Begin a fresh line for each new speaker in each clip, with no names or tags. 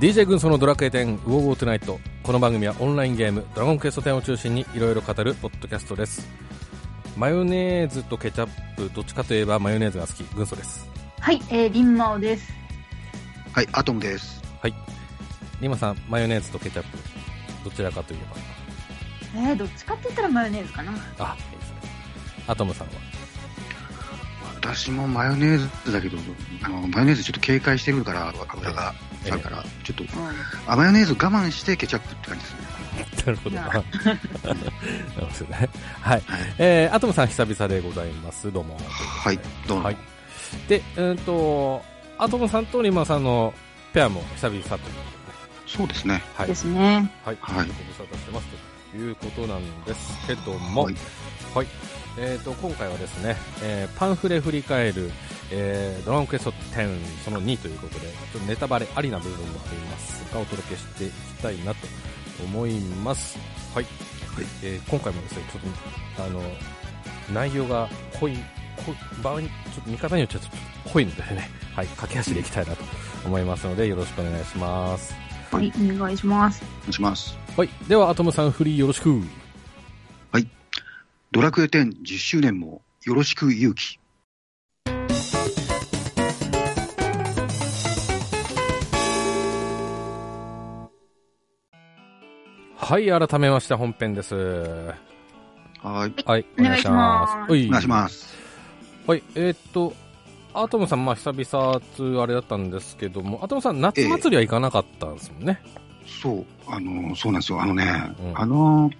DJ 軍曹のドラクエ10ウォーウォートゥナイトこの番組はオンラインゲームドラゴンクエスト10を中心にいろいろ語るポッドキャストですマヨネーズとケチャップどっちかといえばマヨネーズが好き軍曹です
はい、えー、リンマオです。
はい、アトムです。
リマさんマヨネーズとケチャップどちらかといえ
えー、どっちかって言ったらマヨネーズかな。
ばあいいですねアトムさんは
私もマヨネーズだけど、あのマヨネーズちょっと警戒してくるから、油が
ええ
だから、ちょっと
う
あ、マヨネーズ我慢してケチャップって感じですね。
なるほどな
な
なるほどねはい、えー、アトムさん久々でございますどうも
はい、どうも。
はい。で、うんと、アトムさんとリマさんのペアも久々ということで、
そうですね。
は
ん。
い
で。すね。
はい。
はい
ご無沙汰してますということなんですけども、は
はいい。
えっ、と、今回はですね、えーパンフレ振り返る、えードラゴンクエスト10その2ということで、ちょっとネタバレありな部分もありますが、お届けしていきたいなと思います。はい。
はい
えー今回もですね、ちょっと、あの、内容が濃い、濃い場合に、ちょっと見方によっちゃちょっと濃いのでね、 はい、駆け足でいきたいなと思いますので、よろしくお願いします。
はい、お願いします。
お願いします。
はい。では、アトムさんフリーよろしく。
ドラクエ10、10周年もよろしく勇気。
はい、改めまして本編です。
はい。
はい、
お願いします
お願い
お
し
願い
ま
し
す。
ます。
はい、えーっと、アトムさん、まあ、久々つあれだったんですけども、アトムさん、夏祭りは行かなかったんですもんね。
そう、あの、そうなんですよ。あのね、
うん
あの、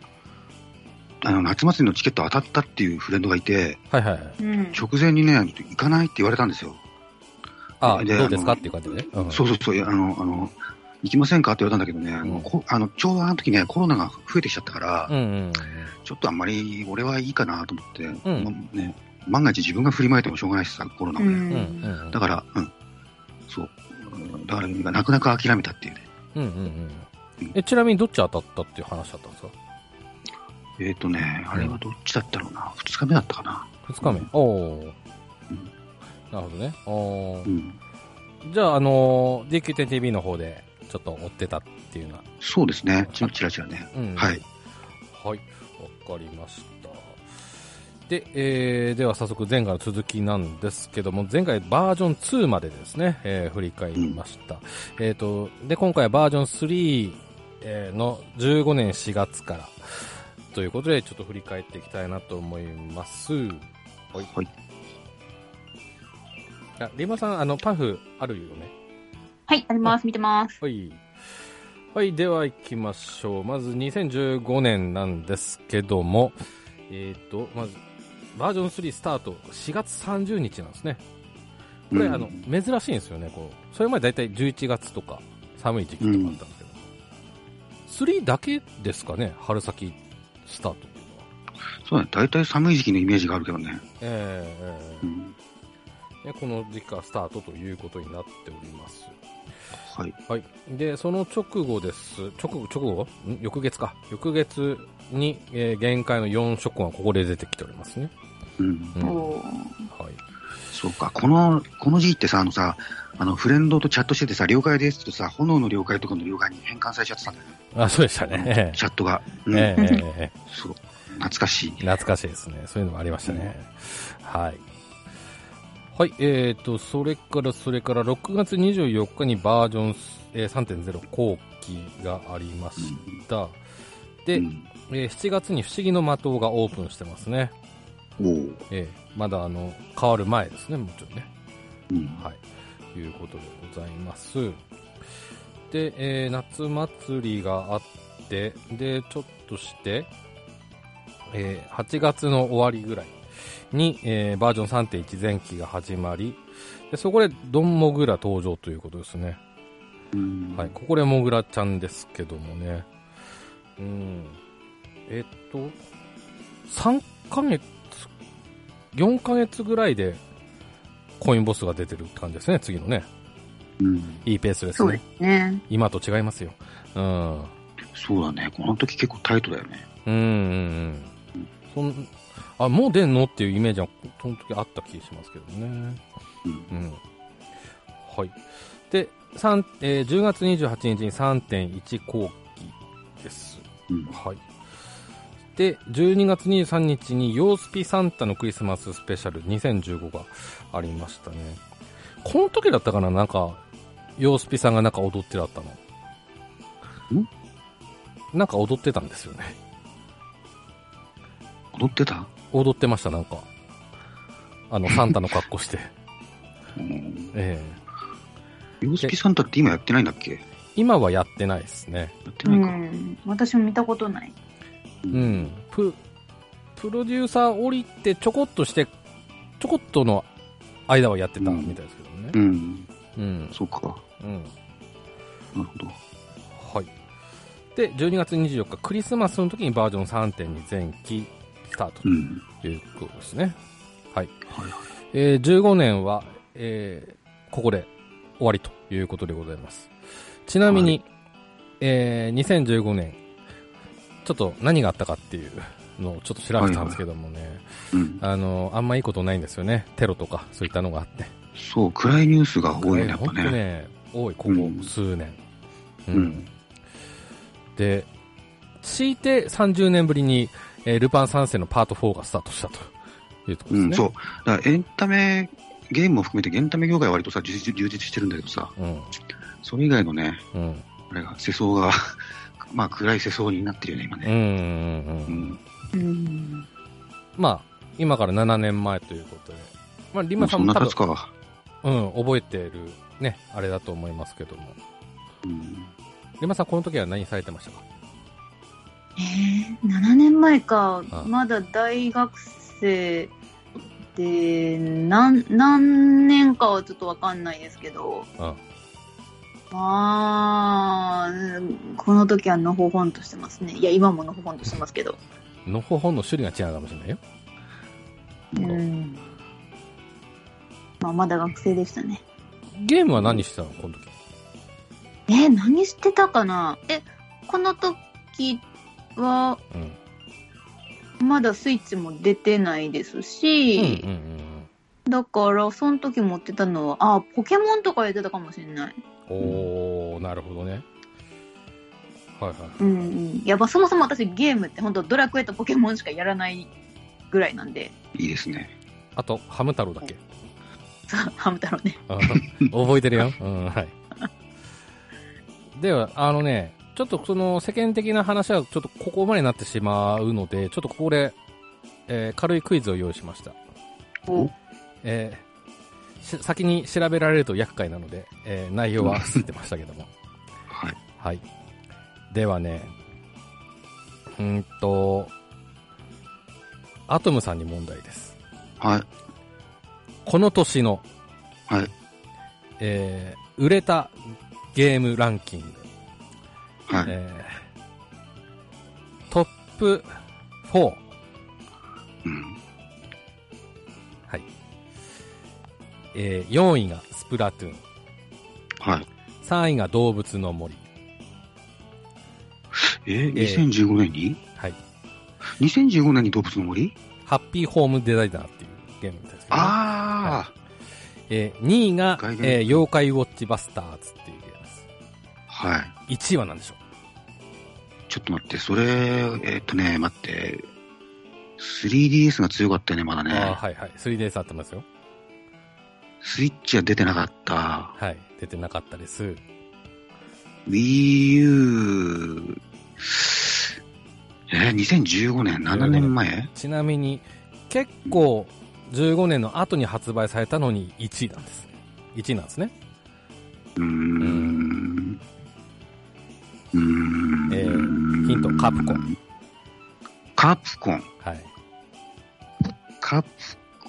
あの夏祭りのチケット当たったっていうフレンドがいて、
はいはいはい。
うん。
直前にね、あの行かないって言われたんですよ。
あ、
で
どうですか
あ
っ
の
ていう感じでね。うん
そうそうそう、いやあの、あの、行きませんかって言われたんだけどね、あの、
うん
こあのちょうどあの時ね、コロナが増えてきちゃったから、
うんうんうん。
ちょっとあんまり俺はいいかなと思って、
ん
まね、万が一自分が振りまいてもしょうがないしさ、コロナ
う。
もね。
うんんう
うん
ん
だから、うん、そう。うんだから、泣く泣く諦めたっていうね。
うんうんうんえ、ちなみにどっち当たったっていう話だったんですか
えっ、とね、あれはどっちだったろうな、二日目だったかな。
二日目。
うん
おお。なるほどね。おお
う。ん。
じゃあ、あのー、DQ10TV の方で、ちょっと追ってたっていうのは。
そうですね、ちちらちらね。
うん
はい。
はい、わかりました。で、えーでは早速前回の続きなんですけども、前回バージョン2までですね、えー振り返りました。えっ、と、で、今回はバージョン3、えーの15年4月から、ということで、ちょっと振り返っていきたいなと思います。
はい。はい、
あリマさん、あの、パフあるよね。
はい、あります。見てます。
はい。はい、では行きましょう。まず2015年なんですけども、えっ、と、まず、バージョン3スタート、4月30日なんですね。これ、
うん
あの、珍しいんですよね、こう。それまでだいたい11月とか、寒い時期とかあったんですけど、3だけですかね、春先スタートっていうのは。
そうだね、大体寒い時期のイメージがあるけどね。
えええ
う
え
ん。
ねこの時期からスタートということになっております。
はい。
はい、でその直後です、直後、直後ん翌月か、翌月に、えー限界の4色がここで出てきておりますね。
うん
う。んは
おー
い、
そうか、この、この時期ってさ、あのさ、あの、フレンドとチャットしててさ、了解ですってさ、炎の了解とかの了解に変換されちゃってたんだよね
あそうでしたね、
チャットが。
え
うん
えええええ
そう。懐かしい。
懐かしいですね、そういうのもありましたね。はいはい、えーと、それから、それから、6月24日にバージョンす、えー3.0後期がありました。で、
うん、
えー7月に不思議の的がオープンしてますね。
おう
ええまだあの、変わる前ですね、もちろんね。
うん。
はい、いうことでございます。で、えー夏祭りがあって、で、ちょっとして、えー8月の終わりぐらいに、えーバージョン3.1前期が始まり、でそこでドンモグラ登場ということですね。
うん
はい、ここでモグラちゃんですけどもね。うん。えっと、3ヶ月、4ヶ月ぐらいでコインボスが出てるって感じですね、次のね。
うん
いいペースです
そう
ね
で。すね。
今と違いますよ。うん。
そうだね。この時結構タイトだよね。
うんうんうん。そんあ、もう出んのっていうイメージは、その時あった気がしますけどね。
うん。
うん。はい。で、三えー10月28日に3.1後期です。
うん
はい。で、12月23日にヨースピサンタのクリスマススペシャル2015がありましたね。この時だったかななんか、ヨースピさんがなんか踊ってだったの。
ん
なんか踊ってたんですよね。
踊ってた、
踊ってました、なんか。あの、サンタの格好して。
うん、
ええ
洋介サンタって今やってないんだっけや
今はやってないですね。
って
う
ないか、
ん。私も見たことない。
うん、ププロデューサー降りてちょこっとしてちょこっとの間はやってた
うん
みたいですけどね
うん、
うん、
そうか
うん、
なるほど
はいで12月24日クリスマスの時にバージョン3.2前期スタート
うん
ということですね、はい、
はいは
えー15年は、えーここで終わりということでございますちなみに、
は
えー2015年ちょっと何があったかっていうのをちょっと調べたんですけどもね、
い、うん、
あの、あんまいいことないんですよね。テロとか、そういったのがあって。
そう暗いニュースが多いよねやっ
ほ
ぱ
んと
ね
ね、多い、こ
うん
こ数年。う
うんん、
で、強いて30年ぶりに、えールパン三世のパート4がスタートしたというとこ
う
ろですね。
ん、そうだからエンタメゲームも含めてエンタメ業界は割とさ充実充実してるんだけどさ
うん。
それ以外のね
うん。
あれが世相が まあ暗い世相になってるよね今
うん。うんう
ね、
ん。う
う
う
んん
ん。
まあ、今から7年前ということで。まあ、リ
ま
マ
あ、
さ
そ
ん
ん
も多
な経
分
つ、か、
うん、覚えてる、ね、あれだと思いますけども。
うん、
リマさん、この時は何されてましたか
えー、7年前か
あ、
まだ大学生で、何、何年かはちょっとわかんないですけど、
あ
まあ、この時はのほほんとしてますね。いや、今ものほほんとしてますけど。
のほほんの種類が違うかもしれないよ。
う
うん
ん。まあ、まだ学生でしたね。
ゲームは何してたのこの時。
えー、何してたかなえ、この時は、
うん。
まだスイッチも出てないですし、
うんうんうん
だから、その時持ってたのは、あ、ポケモンとかやってたかもしれない。
おー、なるほどね。はいは
うんうん。やっぱそもそも私ゲームって本当ドラクエとポケモンしかやらないぐらいなんで、
いいですね
い。あと、ハム太郎だっけ。
そうハム太郎ね。
あ覚えてるよ。うん、はい。では、あのね、ちょっとその世間的な話はちょっとここまでになってしまうので、ちょっとここで、えー軽いクイズを用意しました。
お
えーし先に調べられると厄介なので、えー内容は知ってましたけども。
はい
はい。ではね、うーんと、アトムさんに問題です。
はい
この年の、
はい
えー売れたゲームランキング、
はい、
えートップ4、
うん
はい。えー4位がスプラトゥーン、
はい
3位が動物の森、
えー、2015年に、
はい。
2015年に動物の森
ハッピーホームデザイナーっていうゲームみたいですけどね、
あ
えー2位が、
外伝
えー妖怪ウォッチバスターズっていうゲームです。
あ、はい。
1位は何でしょ
ちょっと待って、それ、えーっとね、待って、3DS が強かったよね、まだ
う、ああ、
ね。
はいはい。3DS あってますよ。
スイッチは出てなかった。
はい。出てなかったです。
Wii U、えー、2015年、7年前
ちなみに、結構、15年の後に発売されたのに1位なんです。1位なんですね。
うーん。うーん。
えーヒントカプコン。
カプコン。
はい。
カプ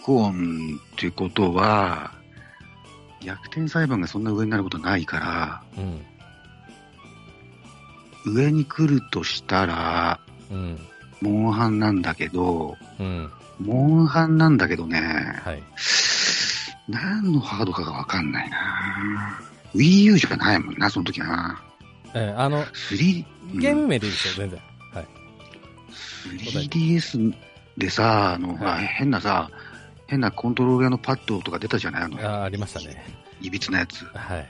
コンってことは、逆転裁判がそんな上になることないから、
うん。
上に来るとしたら、
うん。
モンハンなんだけど、
うん。
モンハンなんだけどね、
はい。
何のハードかがわかんないな Wii U じゃないもんな、その時な。
えーあの、
3、うん
ゲーム名でいいですよ、全然。はい。
3DS でさ、あ
は
の、
い
あ変なさ、変なコントローラーのパッドとか出たじゃないあの
あ、ーありましたね。
いびつなやつ。
はい。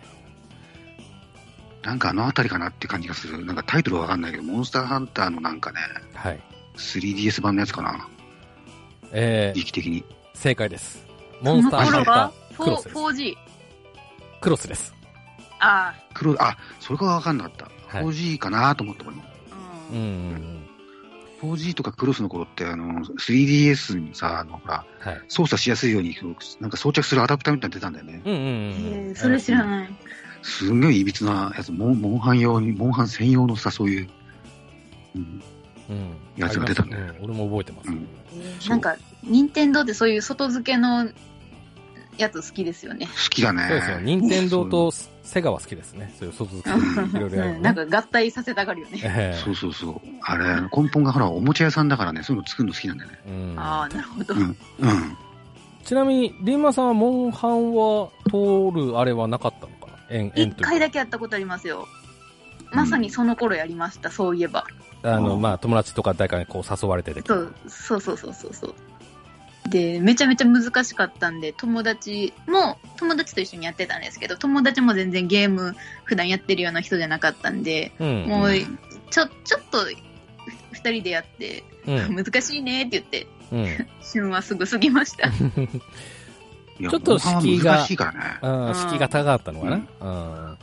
なんかあの辺りかなって感じがする。なんかタイトルはわかんないけど、モンスターハンターのなんかね、
はい。
3DS 版のやつかな。
えー
時期的に。
正解です。モンスターハンター、クロスです
4G。
クロスです。
あ
黒、あ、それがわかんなかった。
はい
4G かなと思った、俺も。
あ、
うん
うん。
うんうん。
4G とかクロスの頃って、あの、3DS にさ、あの、ほら、
はい。
操作しやすいように、なんか装着するアダプターみたいなの出たんだよね。
うんうんうんう
え
ん。
ーそれ知らない。
すんごい歪なやつ、モンモンハン用に、モンハン専用のさ、そういう、うん、
うん。
やつが出たんだよ
ありますうん俺も覚えてます。
うんそう
なんか、任天堂ってそういう外付けのやつ好きですよね。
好きだね。
そうですよ。任天堂とセガは好きですね。そういう外付けいろいろやるのね
うんなんか合体させたがるよね。
え
そうそうそう。あれ、根本がほら、おもちゃ屋さんだからね、そういうの作るの好きなんだよね。
えうん
ああ、なるほど。
うん。うん。
ちなみに、リンマさんはモンハンは通るあれはなかったのかな縁、
一
縁というか
回だけやったことありますよ。まさにその頃やりました、そういえば。
あの、
うん
まあ、友達とか誰かにこう誘われてて。
そう、そうそうそうそうそう。で、めちゃめちゃ難しかったんで、友達も、友達と一緒にやってたんですけど、友達も全然ゲーム普段やってるような人じゃなかったんで、
うん。
もう、
うん
ちょ、ちょっと、二人でやって、
うん。
難しいねって言って、
うん。
旬はすぐ過ぎました。
いや
ちょっと敷居
モンハンは
が
難しいからね。
うん。敷居が高かったのかな。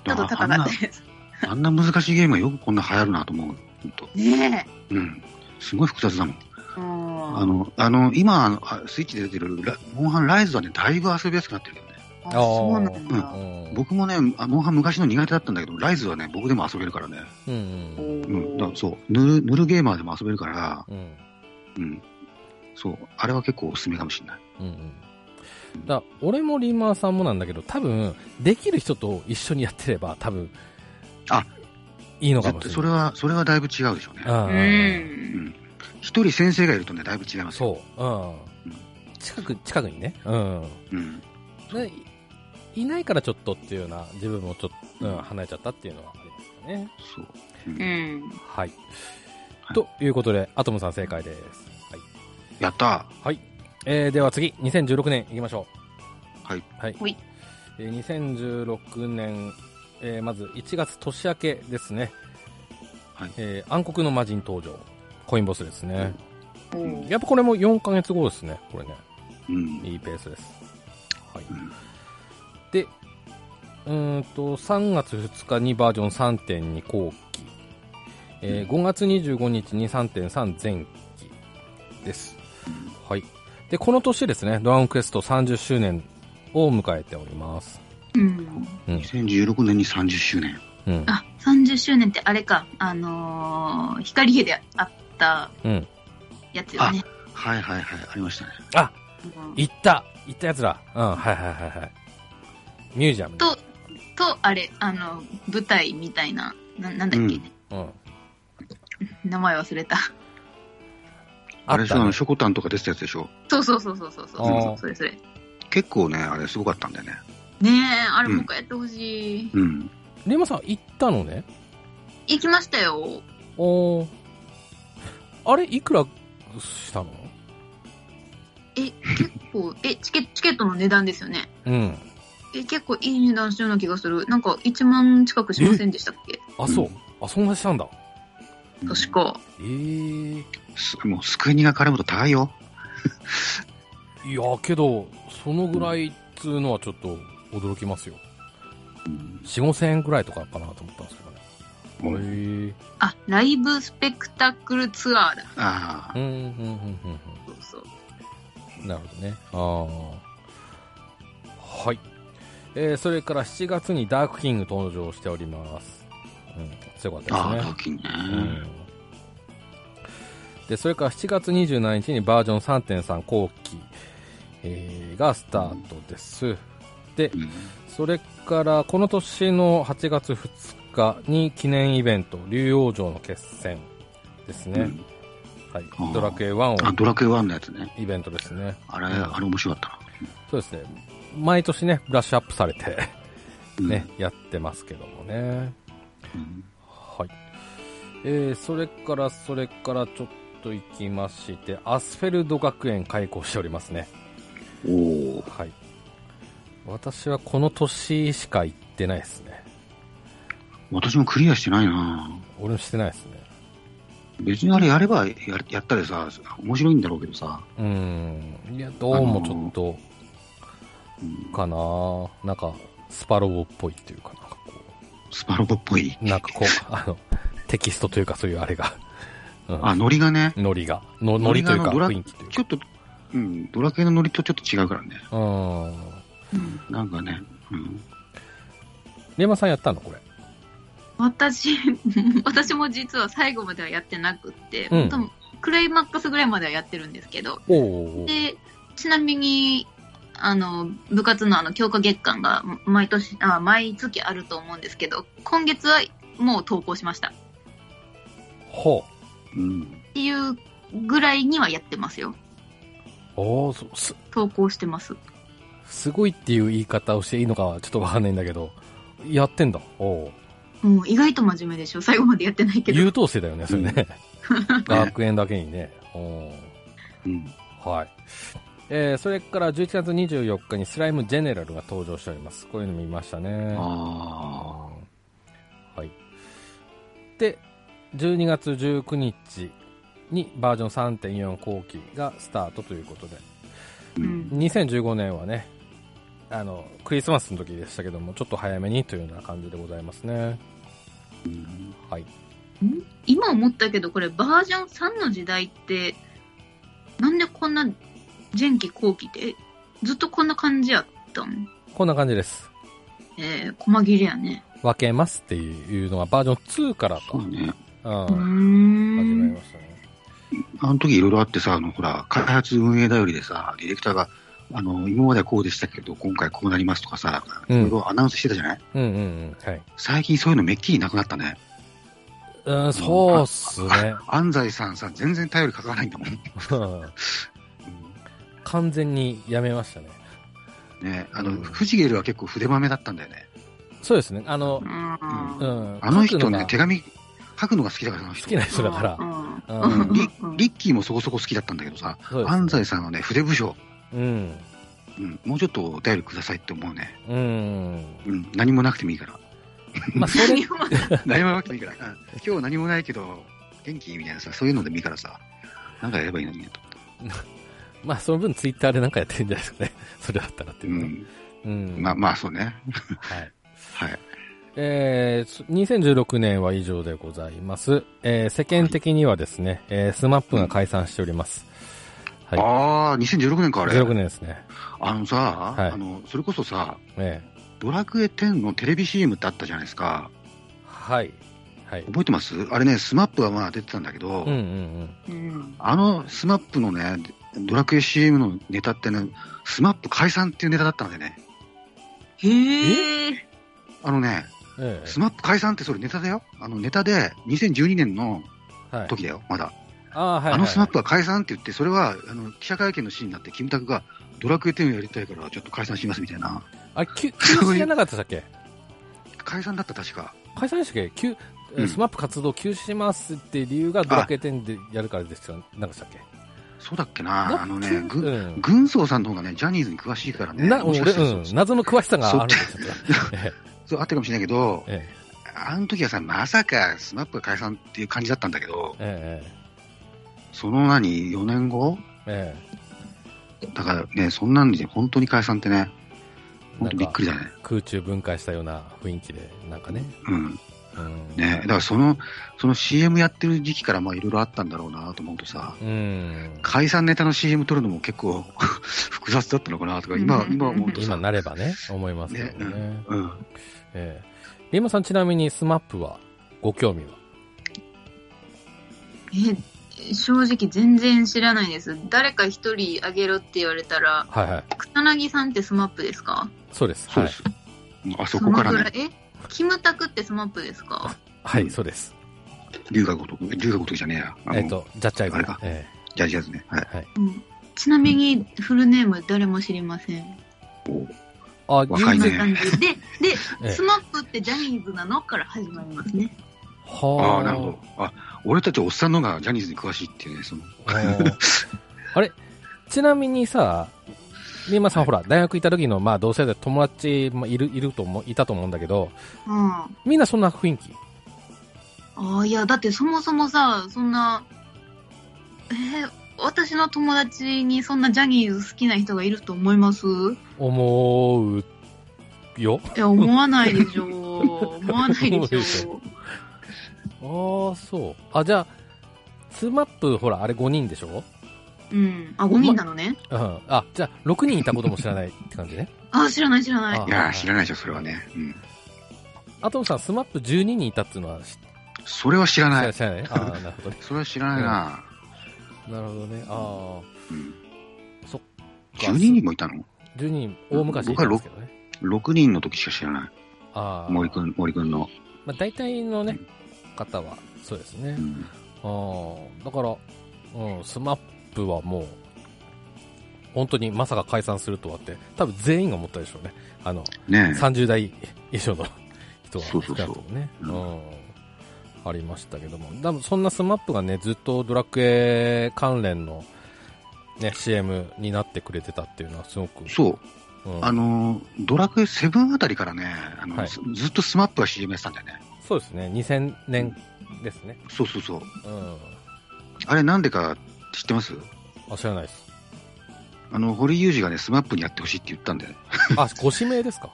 ちょっと高かったです。
あんなあん な難しいゲームがよくこんな流行るなと思う。ほんと
ね
うん。すごい複雑だもん。
え。う
あ
ん。
の、あの、今、あのあスイッチで出てるラ、モンハンライズはね、だいぶ遊びやすくなってるけどね。
あそうなん
う
だ。
ん。うん。
僕もね、あモンハン昔の苦手だったんだけど、ライズはね、僕でも遊べるからね。
う
お
ん。
うん。だか
ー
らそう。ぬる、ぬるゲーマーでも遊べるから、
うん。
うん。そう。あれは結構おすすめかもしれない。
うんうん。だから俺もリーマーさんもなんだけど、多分、できる人と一緒にやってれば、多分、
あ
いいのか
絶
もし
対
れない。
それは、それはだいぶ違うでしょうね。
うん
う
うん。
ん。
一人先生がいるとね、だいぶ違いますよ。
そう。うん
うん。
近く、近くにね。うん。
う。うん。
でいいないからちょっとっていうような、自分もちょっと、うん、離れちゃったっていうのはありますかね。
そう。うん
うん。
はい。
はい
ということで、アトムさん正解です。はい。
やった
はい。えー、では次、2016年行きましょう。
はい。
はい。
ほい
えー2016年、えーまず1月年明けですね。
はい
えー暗黒の魔人登場。コインボスですね。
お
ん
ー
やっぱこれも4ヶ月後ですね。これね。
うん。
いいペースです。はい。
うん
で、うーんと、3月2日にバージョン3.2後期、えー5月25日に3.3前期です。はい。で、この年ですね、ドラゴンクエスト30周年を迎えております。
うん。
うん。
2016年に30周年。
うん。
あ、30周年ってあれか。あのー、光秀であった
うん。
やつよね。
はいはいはい、ありましたね。
あ、
うん
行った行ったやつら。うん、はいはいはいはい。ミュージアムね。
と、と、あれ、あの、舞台みたいな、ななんだっけ、
うん。
名前忘れた。
あ
あれ
っ
でしょ、
た
あ
ね
の、ショコタンとか出てたやつでしょ。
そうそうそうそうそうそう
あー
それそれ。ね
結構ね、あれすごかったんだよね。
え、あれもう一回やってほしい、
うん。
リマさん行ったのね。
行きましたよ。
おーあれ、いくらしたの
え、結構、え、チケチケットの値段ですよね。
うん。
え、結構いい値段したような気がする。なんか1万近くしませんでしたっけ
あ、そう。
うん
あ、そんなしたんだ。
確か。
ええー。
すもう、救いにが絡むと高いよ。
いや、けど、そのぐらいっつうのはちょっと驚きますよ。4、5千円ぐらいとかかなと思ったんですけどね。
うん
へ
あ、ライブスペクタクルツアーだ。
あ
え。う
あ、
ん、うん、うん、
そうそう。
うん。なるほどね。ああ。はい。えー、それから7月にダークキング登場しております。うん、強かったです
あ
ね。
あ、ダーキンね。
でそれから7月27日にバージョン3.3後期、えーがスタートです。で、
うん。
それからこの年の8月2日に記念イベント、竜王城の決戦ですね。
うんあ
はい、
ー
ドラクエ1
あ、
を
ドラクエ1のやつね。
イベントですね。
あ
う
れ、
ん
あれ面白かっ
そうですね。毎年ね、ブラッシュアップされて
たな。
ね、やってますけどもね。
うん。
はい。えー、それから、それから、ちょっと行きまして、アスフェルド学園開校しておりますね。
うん。おお。
はい。私はこの年しか行ってないですね。
私もクリアしてないな
俺もしてないですね。
別にあれやればややったでさ、面白いんだろうけどさ、
うん。いや、どうもちょっと、
うん
かななんか、スパロボっぽいっていうかなんかこ
スパロボっぽい。
う、なん かこう、あの、テキストというかそういうあれが、うん
あ、ノリがね、
ノリが、のノリというか
ノリがあのドラ
雰囲気というか。
ちょっと、うん、ドラ系のノリとちょっと違うからね。
うん。
うん
なんかね、うん、
レイマンさんやったのこれ。
私、 私も実は最後まではやってなくって、
うん
多分クライマックスぐらいまではやってるんですけど、
おおー。
で、ちなみに、あの、部活のあの、強化月間が毎年、あ、毎月あると思うんですけど、今月はもう投稿しました。っ
ほう。
うん。
ていうぐらいにはやってますよ。
おお、そす、
投稿してます。
すごいっていう言い方をしていいのかはちょっとわかんないんだけど、やってんだ。おお。
うん、意外と真面目でしょ。最後までやってないけど。
優等生だよね、それね。 学園だけにね。おお。
うん。
はい。えー、それから11月24日にスライムジェネラルが登場しております。こういうの見ましたね。
あ
はい。で、12月19日にバージョン3.4後期がスタートということで、
ー、う。
うんん
2015年はね、あの、クリスマスの時でしたけども、ちょっと早めにというような感じでございますね。はい。
今思ったけど、これバージョン3の時代って、なんでこんな前期後期で、ずっとこんな感じやったん
こんな感じです。
えー、細切れやね。
分けますっていうのがバージョン2からと、
そうね。
うー
うん、始まり
ん。
ましたね。
あの時いろいろあってさ、あの、ほら、開発運営頼りでさ、ディレクターが、あの、今まではこうでしたけど、今回こうなりますとかさ、
う
い
ん
ろいろアナウンスしてたじゃない、
うんうんうん。はい。
最近そういうのめっきりなくなったね。
うん、そうっす ね。
安西さんさ、全然頼り書かないんだもん。
うん完全にやめましたね。
ね、あの、
うん
藤ゲルは結構筆まめだったんだよね。
そうですね。あのう。
う、ん
ん。
あの
書
人
く
ね、
が
手紙書くのが好きだから、あの
好
人。
きな人だから。
ら
うん
リリッキーもそこそこ好きだったんだけどさ、
そうですね
安西さんはね、筆部署、
うん。
うん、もうちょっとお便りくださいって思うね。
うん。
うん、何もなくてもい いから。
まあ、それ、
何もなくてもいいから。うん今日何もないけど、元気みたいなさ、そういうのでもいいからさ、なんかやればいいのにねと。
まあ、その分ツイッターでなんかやってるんじゃないですかね。 それだったらって
う
いうね。
ん、
うん。
まあまあ、そうね。
はい。
はい。
えー、2016年は以上でございます。えー、世間的にはですね、えー、スマップが解散しております。は
ああ、2016年か、あ
い。
れ。
16年ですね。
あのさ、
はい
あの、それこそさ、
え
ドラクエ10のテレビ CM ってあったじゃないですか。
ー、はい。はい。
覚えてますあれね、スマップはまあ出てたんだけど、
うんうんうん。
うん。
あのスマップのね、ドラクエ CM のネタってね、スマップ解散っていうネタだったんでね。
へえ。
あのね、
え
スマップ解散ってそれネタだよ。あのネタで、2012年の
えはい。
時だよ、まだ。
ああ、はい、はい。
あのスマップは解散って言って、それはあの記者会見のシーンになって、キムタクがドラクエ10をやりたいからちょっと解散しますみたいな。
あれ、休休止じゃなかったでしたっ け
解散だった、確か。
解散でしたっけ休、
うん
スマップ活動休止しますって理由がドラクエ10でやるからですよ。なんかでしたっけ
そうだっけな。あのね、
う
ぐ
ん。
軍曹さんの方がね、ジャニーズに詳しいからね。
な、
もし
俺、
かしたら
うん、謎の詳しさがあるんですよ。え
そうあったかもしれないけど
え、ええ
あの時はさ、まさかスマップが解散っていう感じだったんだけど、
え
その何、4年後
ええ
だからね、そんなんで本当に解散ってね、
え
本当びっくりだね。
空中分解したような雰囲気で、なんかね。
うん。
うん。
ね、だからその、その CM やってる時期からまあいろいろあったんだろうなと思うとさ、
うん。
解散ネタの CM 撮るのも結構 複雑だったのかなとか、今、
うん
今思うと
今
さ、
なればね、思いますけどね。
ねうん。
ええリンマさん、ちなみにスマップは、ご興味は
え、正直全然知らないです。誰か一人あげろって言われたら、
はいはい。
草薙さんってスマップですか
そうです。
そう
は
で
い。
す。あそこから
のぐ
ね、
らいえキムタクってスマップですか
はい、そうです。
龍が如く、龍が如くじゃねえや。あの
えっ、と、ジャッジアイブ
あれか
え
ジャジャズね。はい。
うん。ちなみに、フルネーム誰も知りません。
えあ、
若い
そん
ね
な感じで、で、
ええ
スマップってジャニーズなのから始まりますね。
は
ああ、な るほど。あ、俺たちおっさんの方がジャニーズに詳しいっていうね、その、
あーあれちなみにさ、で、今さ、ほら、大学行った時の、まあ、同世代友達もいる、いると思う、いたと思うんだけど、
うん。あ
みんなそんな雰囲気。
あ、いや、だってそもそもさ、そんな、えー私の友達にそんなジャニーズ好きな人がいると思います
思う、よ。
いや、思わないでしょう。思わない
思うで
で
し
しょう。
ああ、そう。あ、じゃあ、スマップ、ほら、あれ5人でしょ
うん。あ、5人なのね。
うん。あ、じゃあ、6人いたことも知らないって感じね。
あ、知らない知らない
あ。
いやー、知らないでしょ、それはね。うん。
あとさん、スマップ12人いたっていうのは知っ
それは知らない。
知らない。ああ、なるほどね。
それは知らない な。
なるほどね。あ
うん。
あ、そっか。
12人もいたの
12人、大昔いたんですけどね。
?6 人の時しか知らない。
ああ。
森くん、森くんの。
まあ、大体のね、方は、そうですね
う。ん。
ああ、だから、うん、スマップはもう、本当にまさか解散するとはって、多分全員が思ったでしょうね。あの、
ねえ。
30代以上の人は
そうそうそう
少なくともね。
うん
うんありましたけども。多分そんなスマップがね、ずっとドラクエ関連の、ね、CM になってくれてたっていうのはすごく。
そう。
うん
あのー、ドラクエ7あたりからね、あの
はい
ずずっとスマップが CM やってたんだよね。
そうですね。2000年ですね。
そうそうそう。
うん。
あれなんでか知ってます
あ、知らないです。
あの、堀裕二がね、スマップにやってほしいって言ったんだよね。
あ、ご指名ですか。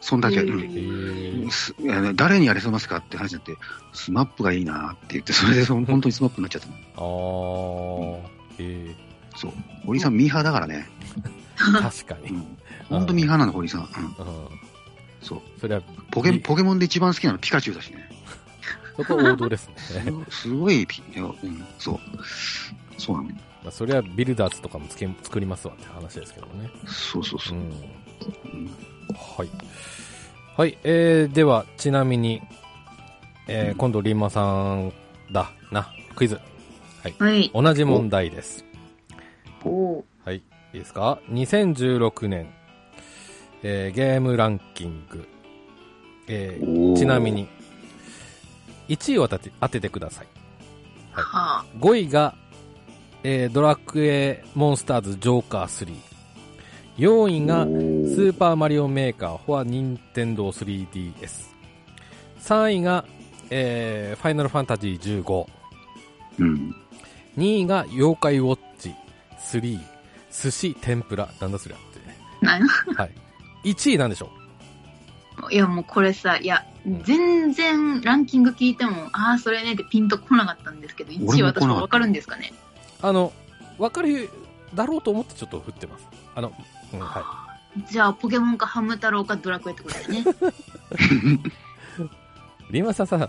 そんだけ。
うん
うん
へー
すあの誰にやれせますかって話になって、スマップがいいなって言って、それでそ本当にスマップになっちゃったの。
あー。えー
そう。堀井さん、ミーハーだからね。
確かに。
う
うん。
ん。本当ミーハーなの、堀井さん。うん。そう。
それは、
ポケ
いい
ポケモンで一番好きなのピカチュウだしね。
そこは王道ですね。
すごすごいピ、いやうん、そう。そうなの。
まあ、それはビルダーズとかもつけ作りますわって話ですけどもね。
そうそう
う
そう。
ん。
うん
はい。はい、えー、では、ちなみに、えー、今度、リンマさんだな、クイズ。
はい。
同じ問題です。
おお
はい、いいですか ?2016 年、えー、ゲームランキング。えー、
おー
ちなみ。に、1位を当てて当ててください。
ー。はあ。
5位が、えードラクエモンスターズジョーカー3。4位が
お、
ス
ー
ーパーマリオメーカーフォアニンテンドー 3DS。3位が、えーファイナルファンタジー15。
うん。
2位が、妖怪ウォッチ3。寿司、天ぷら。なんだそりゃってね。
なん
はい。1位なんでしょ
いや、もうこれさ、いや、全然ランキング聞いても、ああ、それねってピンとこなかったんですけど、1位
俺も来なかっ
私
た
はわかるんですかね。
うあの、わかるだろうと思ってちょっと振ってます。あの、うん、は
じゃあ、ポケモンかハム太郎かドラクエってことだよね。
い。リンマさんさ、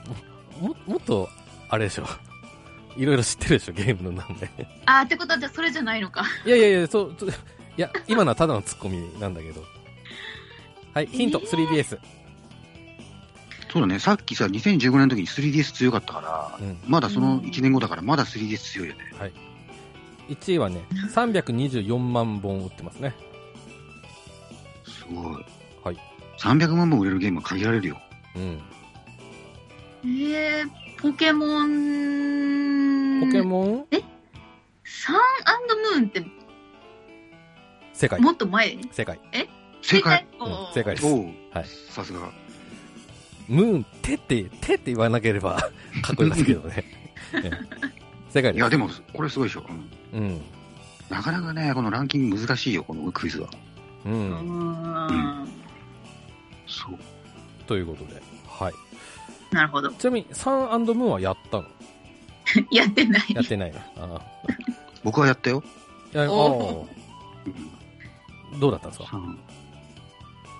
も、もっと、あれでしょ。 いろいろ知ってるでしょ、ゲームの名前。
ああ、ってことは、じゃあそれじゃないのか。
いやいやいや、そう、そういや、今のはただのツッコミなんだけど。はい、ヒント、
え
3DS。
そうだね。さっきさ、2015年の時に 3DS 強かったから、
うん。
まだその1年後だから、まだ 3DS 強いよね。
1位はね、324万本売ってますね。
すごい。
はい。
300万本売れるゲームは限られるよ。
うん。
えー、ポケモン。
ポケモン、
サンムーンって
世界。
もっと前
世界。
正解。
おー
うん正解です
おう
はい
さすが。
ムーン、手って、手って言わなけれ ば、かっこいいですけど ね。ええ世界
い
で
や、
す。
でも、これすごいでしょ。うん
うん。
なかなかね、このランキング難しいよ、このクイズは。
う。
うんーん。
そう。
ということで。はい。
なるほど。
ちなみに、サンムーンはやったの
やってない。
やってないのあ
僕はやったよ。
あ。いや
お
うん
ああどうだったんですか
さ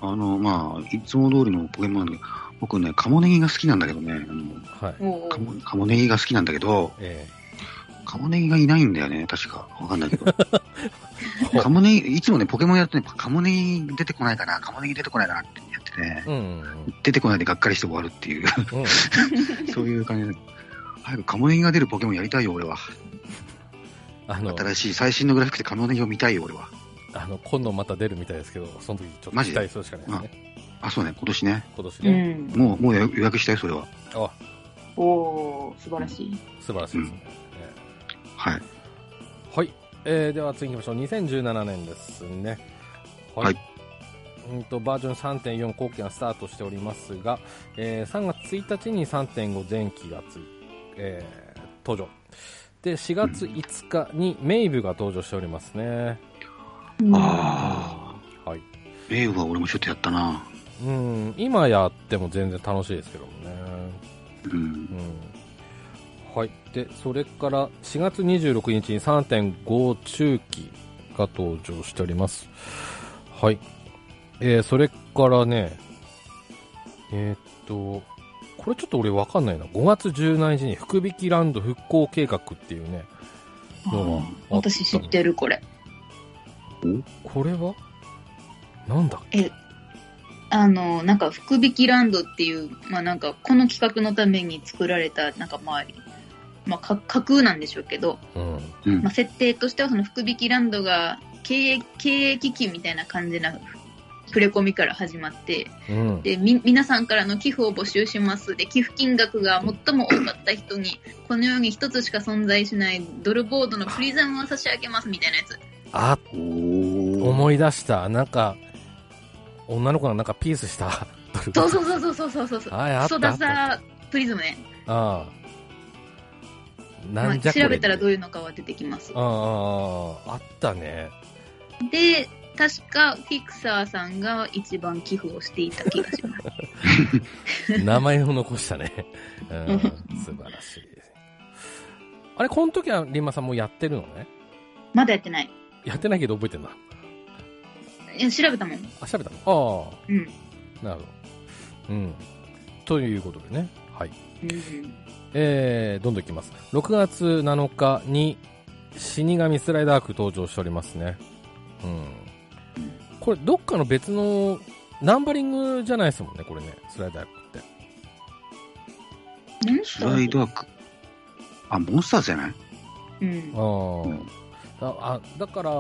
ああの、まあ、いつも通りのポケモンなんだけど、僕ね、カモネギが好きなんだけどね、
は
あの
い。
お
カ
ー
モカモネギが好きなんだけど、
え
カモネギがいないんだよね、確か。わかんないけ ど。
え
カモネギ、いつもね、ポケモンやるとね、カモネギ出てこないかな、カモネギ出てこないかなってやってね、
うん。うん
出てこないでがっかりして終わるって いう、
うん。
そういう感じで。早くカモネギが出るポケモンやりたいよ、俺は。
あの、
新しい最新のグラフィックでカモネギを見たいよ、俺は。
あの、今度また出るみたいですけど、その時ちょっと
マジ
期待するしかないですね。
あ、そうね、今年ね。
今年
う
ね。
ん。
もう、もう予約したよ、それは。
あ、
おー、素晴らしい。
素晴らしいですね。
はい。
えーはい。えーでは次行きましょう。2017年ですね。はい。
はい
うんとバージョン3.4後期がスタートしておりますが、えー3月1日に3.5前期がつい、えー登場。で、4月5日にメイブが登場しておりますね。
あ
はい。
あ、名誉は俺もちょっとやったな。
うん、今やっても全然楽しいですけどもね。
うん。
うん。はい。で、それから4月26日に3.5中期が登場しております。はい。えー、それからね、えーっと、これちょっと俺わかんないな。5月17日に福引きランド復興計画っていうね、のがあった
私知ってる、これ。
これはなんだ
あの、なんか、福引きランドっていう、まあなんか、この企画のために作られた、なんかまあ、まあ、か架空なんでしょうけど、
うん。
うん
まあ、。設定としてはその福引きランドが経営経営危機みたいな感じな触れ込みから始まって
うん。
でみ皆さんからの寄付を募集しますで寄付金額が最も多かった人にこの世に一つしか存在しないドルボードのプリズムを差し上げますみたいなやつ
あ、
おー
思い出した。なんか、女の子がなんかピースした。
そうそうそうそうそうそうそう
はい、あ
ク
った。
ソダサプリズムね、
ああ。
ま
な
あ、
んじゃこれ、
調べたらどう
いう。
いうのかは出てきます
ああ、あああったね。
で確かフィクサーさんが一番寄付をしていた気がします
名前を残したね。うん、素晴らしい。あれ、この時はリンマさんもうやってるのね。
まだやってない
やってないけど覚えてんな。
いや調べたもん
あ、調べたのあ
うん
あ、なるほど。うん。ということでね。はい。
うん
えー、どんどんいきます。6月7日に死神スライダーク登場しておりますね。うん。これ、どっかの別のナンバリングじゃないですもんね、これね、スライダークって。
スライドアック。あ、モンスターズじゃない
うん
あ、ーだあだから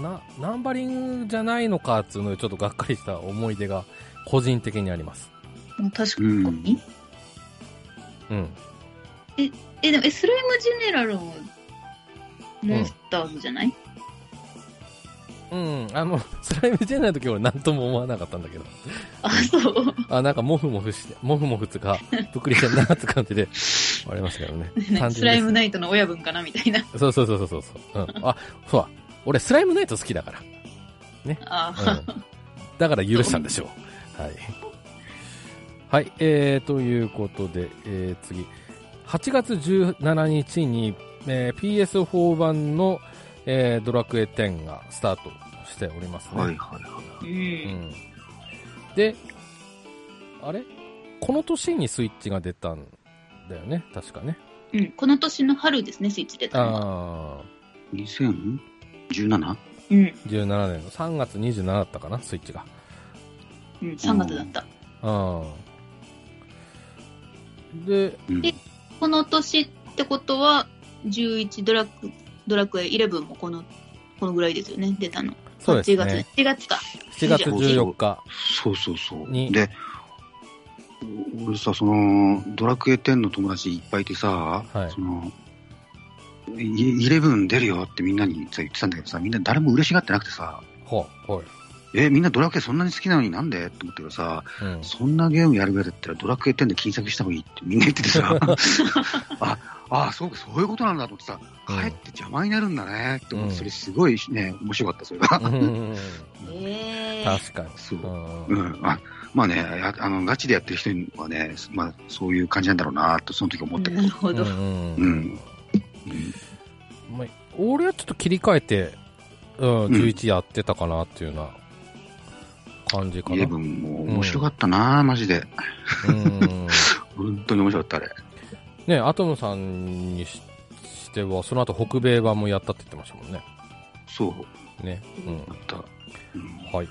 な、ナンバリングじゃないのかっていうので、ちょっとがっかりした思い出が個人的にあります。
もう確かに、
うん
うん。
えでもえスライムジェネラルもモンスターズじゃない、
うん、あの、スライムじゃない時俺何とも思わなかったんだけど。
あそう
あ、なんか、もふもふして、もふもふつ か、ぷくりしてんなって感じで、ありましたけどね。単純です
スライムナイトの親分かなみたいな
そうそうそうそうそう。うん。あ、そうだ。俺、スライムナイト好きだから。
あ
う
ー、
ん。だから許したんでしょ う。はい。はい、えー、ということで、えー、次。8月17日に、えー PS4 版の、えードラクエ10がスタートしておりますね。
はいはいは
うん
うん。で、あれこの年にスイッチが出たんだよね、確かね。
うん、この年の春ですねスイッチ出たのは
ああ、
い。2017?
うん、
17年の3月27だったかな、スイッチが。
うん、3月だった、
うん。で、
うん
え。この年ってことは11ドラクドラクエ11もこのこのぐらいですよね出たの
そうです
8
ね
月。7月か
7月14日。
そうそうそう。
に
で、お俺さ、その、ドラクエ10の友達いっぱいいてさ、
はい
その、イイレブン出るよってみんなにさ言ってたんだけどさ、みんな誰も嬉しがってなくてさ、
ほう、ほい。
え、みんなドラクエそんなに好きなのになんでって思ったけどさ、
うん。
そんなゲームやるぐらいだったらドラクエ10で検索した方がいいってみんな言ってて さ、あ、あ、そうか、そういうことなんだと思ってさ、
うん
かえって邪魔になるんだねって思っ
うん
て、それすごいね、面白かった、それが。
うん
ええ
確かに。
そう。
うん
うん、あまあねああの、ガチでやってる人にはね、まあ、そういう感じなんだろうなと、その時思ったけど、
なるほど、
うん
うんうん
まあ俺はちょっと切り替えて、うん、11やってたかなっていうような感じか
イ
な。
レブ
う
ンも面白かったな、マジで、
ん。
本当に面白かった、あれ。
ねアトムさんにししては、その後北米版もやったって言ってましたもんね。
そう、
ね。うん
あ。った。うん
はい。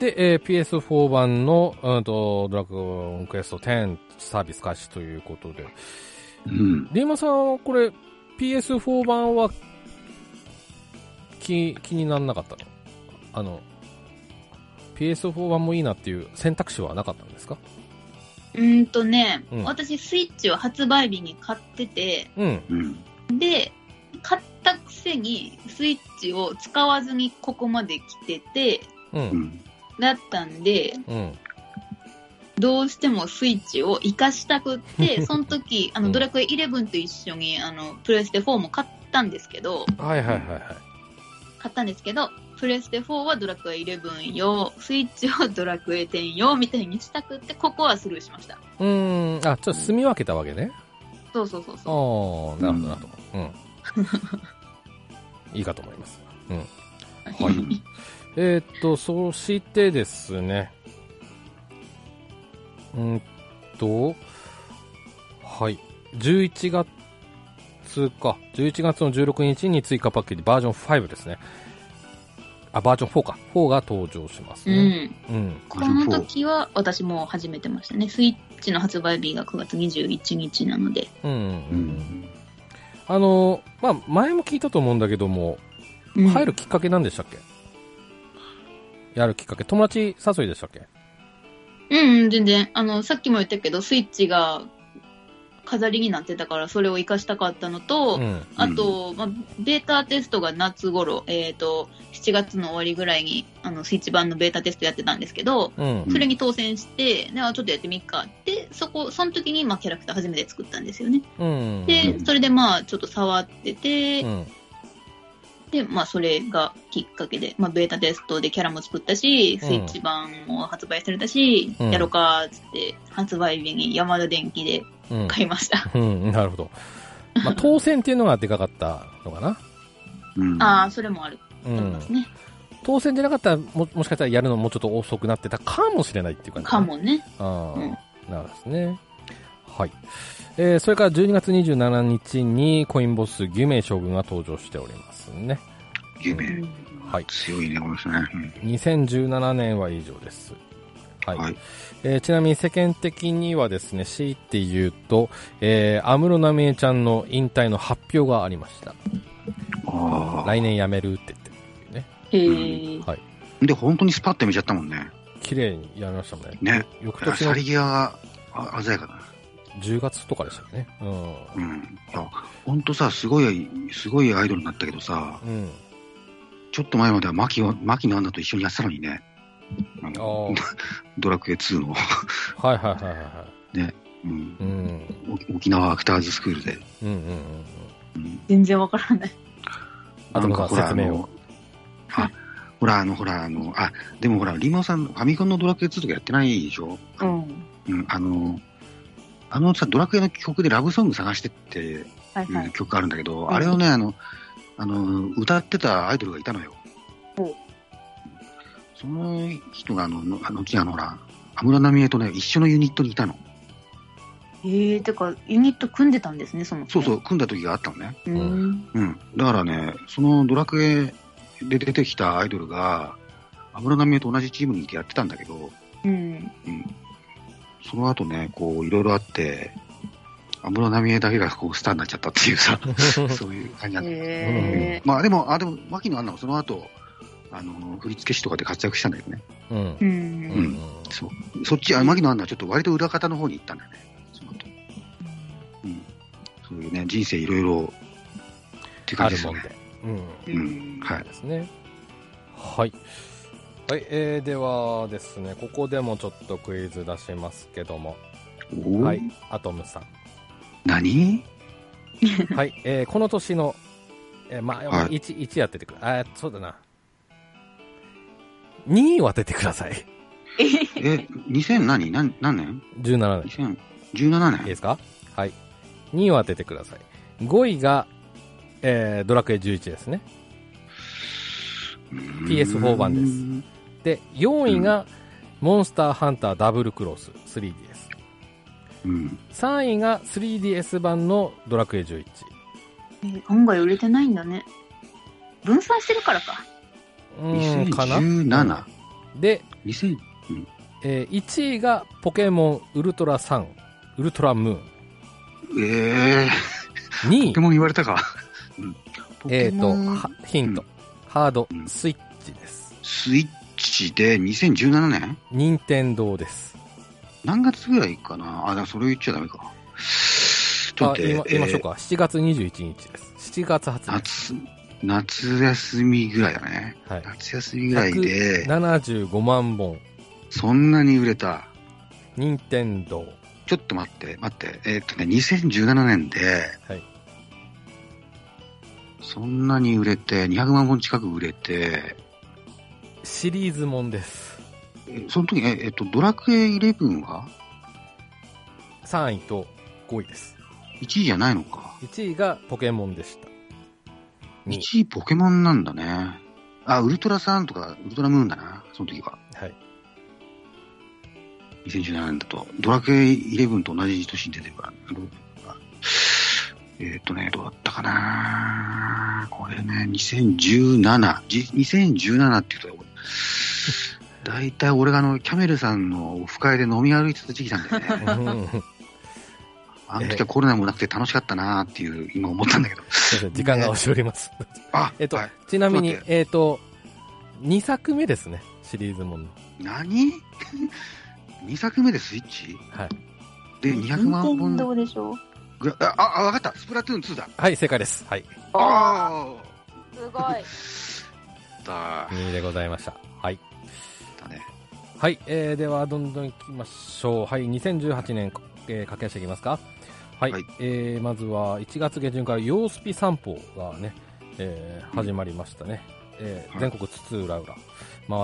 で、えー PS4 版の、うんと、ドラゴンクエスト10サービス開始ということで。
うん、
リーマさんはこれ、PS4 版は、気、気にならなかったのあの、PS4 版もいいなっていう選択肢はなかったんですか
うーんとね、
うん
私、スイッチを発売日に買ってて、
うん。
うん、
で、買ったくせせにスイッチを使わずにここまで来てて、
う。
うんん。
だったんで、
うん。
どうしてもスイッチを活かした くって、その時、あ
う
の、
ん
ドラクエ11と一緒に、あの、プレステ4も買ったんですけど、
はいはいはいはい。
買ったんですけど、プレステ4はドラクエ11用、スイッチはドラクエ10用みたいにしたくって、ここはスルーしました。
うーん。あ、ちょっと住み分けたわけね。
そうそうそう
あ
そ
あ、なるほどなるほど。うん。 いいかと思います。うん。
う。
はい。 えーっと、そしてですね、うーんと、はい、11月か、11月の16日に追加パッケージバージョン5ですね。あ、バージョン4か。4が登場します
う
ね。
ん。
うん。
この時は私もう始めてましたね。スイッチの発売日が9月21日なので。
うん。うん。う、
うんん。
あのー、まあ、前も聞いたと思うんだけども、
うん
入るきっかけなんでしたっけ、やるきっかけ。友達誘いでしたっけ
うんうん、全然。あの、さっきも言ったけど、スイッチが飾りになってたから、それを活かしたかったのと、
うん。
あと、まあ、ベータテストが夏頃、えっ、と、7月の終わりぐらいに、あの、スイッチ版のベータテストやってたんですけど、
うん。
それに当選して、で、あ、ちょっとやってみっかって、そこ、その時に、まあ、キャラクター初めて作ったんですよね。
うん。
で
う、ん
それでまあ、ちょっと触ってて、
うん。
で、まあ、それがきっかけで、まあ、ベータテストでキャラも作ったし、スイッチ版も発売されたし、
うん
やろかーっつって、発売日に山田電機で
うん。
買いました。
うん、なるほど。まあ、当選っていうのがでかかったのかな。
うん。
ああ、それもある
う
と思いま
ん
す。ね。
当選じゃなかったらも、もしかしたらやるのもうちょっと遅くなってたかもしれないっていう感じ
か。もね。
ああ、
うん
なるほどですね。はい。えー、それから12月27日にコインボス牛名将軍が登場しておりますね。
有
う
名。
ん
はい。
強いね、この人ね。うん
2017年は以上です。はい。
はい
えーちなみに世間的にはですね、強いて言うと、えー、安室奈美恵ちゃんの引退の発表がありました。
ああ。
来年辞めるって言ってるっていうね。
へー
はい。
で、本当にスパッと見ちゃったもんね。
綺麗にやりましたもんね。
ね。
翌年
さ
の
り際があ鮮やかだな。
10月とかでしたよね。う
うん。いや、ほんとさ、すごい、すごいアイドルになったけどさ、
ん。うん。
ちょっと前までは牧を、牧野アンナと一緒にやってたのにね。あ
あ
の
あ。
ドラクエ2の、
はいはいはいはいは
うん
い。うん。
お沖縄アクターズスクールで。
うんうんうんうん。
うん
全然わからない。
あとまあ説明を。
あのあ、ほら、あの、ほら、あの、あ、でもほら、リモさん、ファミコンのドラクエ2とかやってないでしょ
うん。
うん、あの、あのさ、ドラクエの曲でラブソング探してっていう
はいはい。
曲があるんだけど、
ん
あれをね、あの、あの、歌ってたアイドルがいたのよ。その人が、あの、のあの、後にあの、ほら、安室奈美恵とね、一緒のユニットにいたの。
ええー、てか、ユニット組んでたんですね、その。
そうそう、組んだ時があったのね。
うん。
うん。だからね、そのドラクエで出てきたアイドルが、安室奈美恵と同じチームにいてやってたんだけど、
うん。
その後ね、こう、いろいろあって、安室奈美恵だけがこう、スターになっちゃったっていう さ、そういう感じなんだよ
へえ
まあでも、あ、でも、牧野アンナはその後、あの、振付師とかで活躍したんだけどね。
うん。うん
う。
うんん。
そう。そっち、あ牧野アンナはちょっと割と裏方の方に行ったんだよね。その後。うん。そういうね、人生いろいろ、って
あ
感じ
る
です
も
よ
ん
ね。
で。うん。
うんは
そう
い。
ですね。はい。はい、えー、ではですね、ここでもちょっとクイズ出しますけども。
お
はい
ー。、
アトムさん。
何
はい、えー、この年の、えー、まあ、
はい
1、1当ててくだあー、そうだな。2位を当ててください。
え、2000何何何年
17年。
?2017
いい
年
ですかはい。2位を当ててください。5位が、えー、ドラクエ11ですね。
うーん
PS4 版でで、4位が、モンスターハンターダブルクロス 3DS。
うん。
3位が 3DS 版のドラクエ11。
案外売れてないんだね。分散してるからか。
うーん、かな
2017。
で、
2000
えー、1位がポケモンウルトラサン、ウルトラムーン。
ええ
2
ポ
位
ケ、モン言われたか。うんポ
え
ケ
ーと
モン
は、ヒント、
う
ハード
う、ん
スイッチです。
スイッチで2017年
任天堂です。
何月ぐらいかなあ、だからそれ言っちゃダメか。ちょっ
あ
と待
今
っ、て、
言いましょうか。7月21日です。7月20日。
夏、夏休みぐらいだね。
はい。
夏休みぐらいで、
75万本。
そんなに売れた。
任天堂。
ちょっと待って、待って。えーっとね、2017年で、
はい
そんなに売れて、200万本近く売れて、
シリーズもんです。
その時、ええっと、ドラクエ11は
3位と5位です。
1位じゃないのか。
1位がポケモンでした。に
1位ポケモンなんだね。あ、ウルトラサンとか、ウルトラムーンだな、その時は。
はい。
2017年だと。ドラクエ11と同じ年に出てるから。えーっとね、どうだったかなこれね、2017。じ2017って言うと、大体俺があの、キャメルさんのオフ会で飲み歩いてた時期なん だよね。あの時はコロナもなくて楽しかったなっていう、今思ったんだけど。
すいません時間が押しております。
あ、
えっと、
はい
ちなみに
ちょっと待っ、
えっ、と、2作目ですね、シリーズもの。
何 ?2 作目でスイッチ
はい。
で、200万
任天
本
堂でしょ
ぐらい。あ、あ、わかった。スプラトゥーン2だ。
はい、正解です。はい。
あ
あ
あ、すごい。
あ。だ
2位でございました。はい。
だね。
はい、えー、ではどんどん行きましょう。はい、2018年、えー、駆け足していきますか。はい、
はい
えー、まずは1月下旬から洋スピ散歩がね、えー、
うん
始まりましたね。えー
はい
全国津々浦々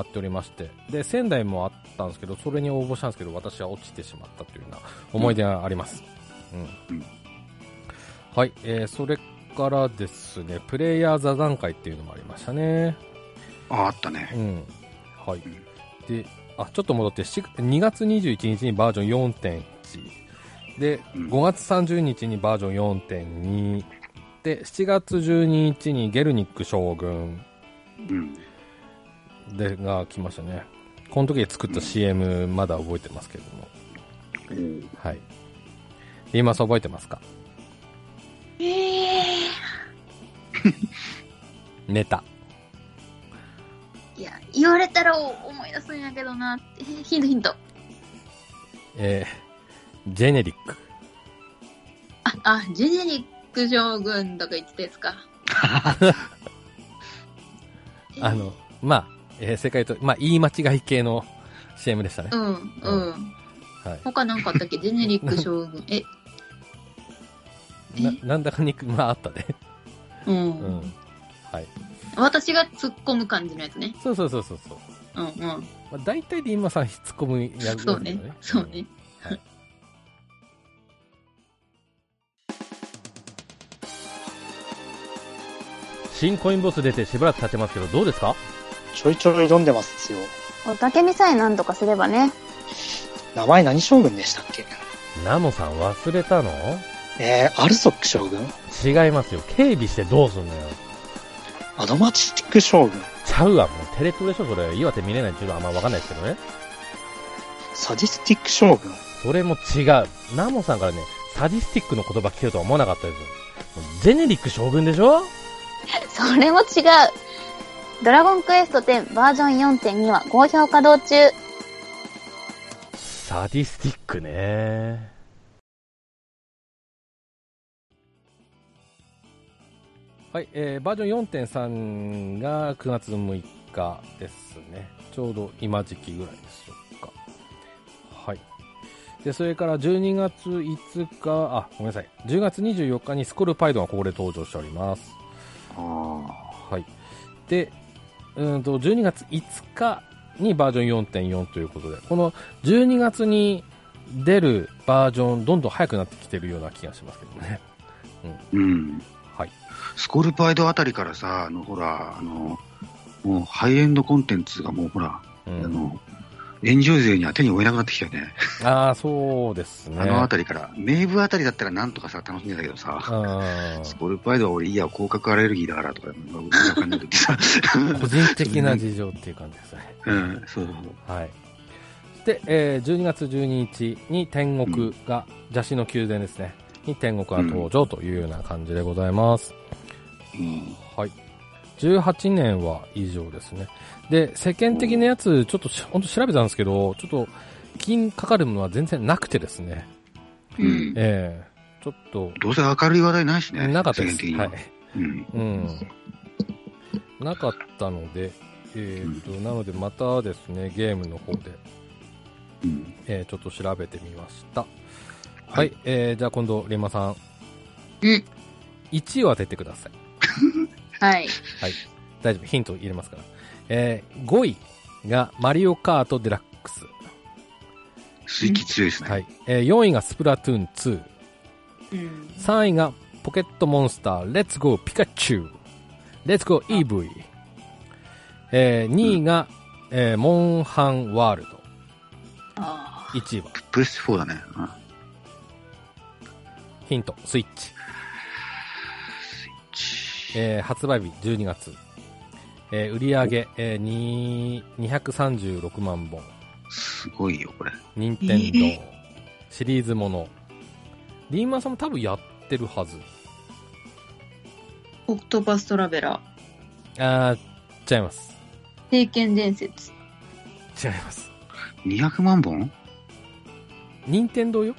回っておりまして、で、仙台もあったんですけど、それに応募したんですけど、私は落ちてしまったというような思い出があります。うん。
うん
はい、えー、それからですね、プレイヤー座談会っていうのもありましたね。
あ、あったね。
うん。はい
ん。
で、あ、ちょっと戻って、し2月21日にバージョン4.1。で、
うん
5月30日にバージョン4.2。で、7月12日にゲルニック将軍
うん。
でが来ましたね。この時作った CM まだ覚えてますけども。はい。リーマス覚えてますか
ええ
ネタ。
いや、言われたら思い出すんやけどなって。ヒントヒント。
えー、ジェネリック。
あ、あ、ジェネリック将軍とか言ってたや つか。
あの、まあ、えー正解と、まあ、言い間違い系の CM でしたね
う。ん、うん。
はい。
他なんかあった っけジェネリック将軍。え、
ななんだかにく、まああったね。
うん。
うん。はい。
私が突っ込む感じのやつね。
そうそうそうそうそう。
うん、うん。
まあ、大体リンマさん引っ込む役割
そうね。そうね。。
はい。新コインボス出てしばらく経ちますけど、どうですか
ちょいちょい挑んでますよ。
おたけみさえ何とかすればね。
名前何将軍でしたっけ
ナモさん忘れたの
えー、アルソック将軍
違いますよ。警備してどうすんのよ。
アドマチック将軍
ちゃうわ、もうテレ東でしょ、それ。岩手見れないっていうのはあんまわかんないですけどね。
サディスティック将軍
それも違う。ナモさんからね、サディスティックの言葉聞けるとは思わなかったですよ。もうジェネリック将軍でしょ
それも違う。ドラゴンクエスト10バージョン4.2は好評稼働中。
サディスティックね。はい、えーバージョン4.3が9月6日ですね。ちょうど今時期ぐらいでしょうか。はい。で、それから12月5日、あ、ごめんなさい。10月24日にスコルパイドンがここで登場しております。
あ
はい。で、うーんと、12月5日にバージョン4.4ということで、この12月に出るバージョン、どんどん早くなってきてるような気がしますけどね。
ーうん。
はい。
スコルパイドあたりからさ、あの、ほら、あの、もうハイエンドコンテンツがもうほら、
う
あ
ん、
の、炎上勢には手に負えなくなってきたよね。
ああ、そうですね。
あのあたりから、名部あたりだったらなんとかさ、楽しんでたけどさ、
うん
スコルパイドは俺、いいや、広角アレルギーだからとか、なんかわかんないけどさ、
個人的な事情っていう感じですね。
うん、そうそうそう。
はい。で、えー12月12日に天国が、邪神の宮殿ですね。に天国が登場というような感じでございます。
うん
はい。18年は以上ですね。で、世間的なやつ、ちょっとし、ほんと調べたんですけど、ちょっと、金かかるものは全然なくてですね。
うん
ええちょっと、
どうせ明るい話題ないしね。
なかったです。
世間的に
は。
はいうん。
うん。なかったので、えーっと、なのでまたですね、ゲームの方で、
うん。
えーちょっと調べてみました。は
はい
い、えーじゃあ今度、リンマさん。
うん。
1位を当ててください。
はい。
大丈夫、ヒント入れますから。えー5位がマリオカートデラックス。
水気強いですね。
はい。えー4位がスプラトゥーン2。
うん。
3位がポケットモンスター、レッツゴーピカチュウ。レッツゴー EV。えー2位が、えーモンハンワールド。
あ
1位は、
プレステ4だね。うん
ヒント、スイッチ。えー発売日12月。えー売り上げ、えーに236万本。
すごいよ、これ。
任天
え
堂シリーズもの。リーマンさんも多分やってるはず。
あ。オクトパストラベラー。
あー、違います。
聖剣伝説。
違います。
200万本
任天堂よ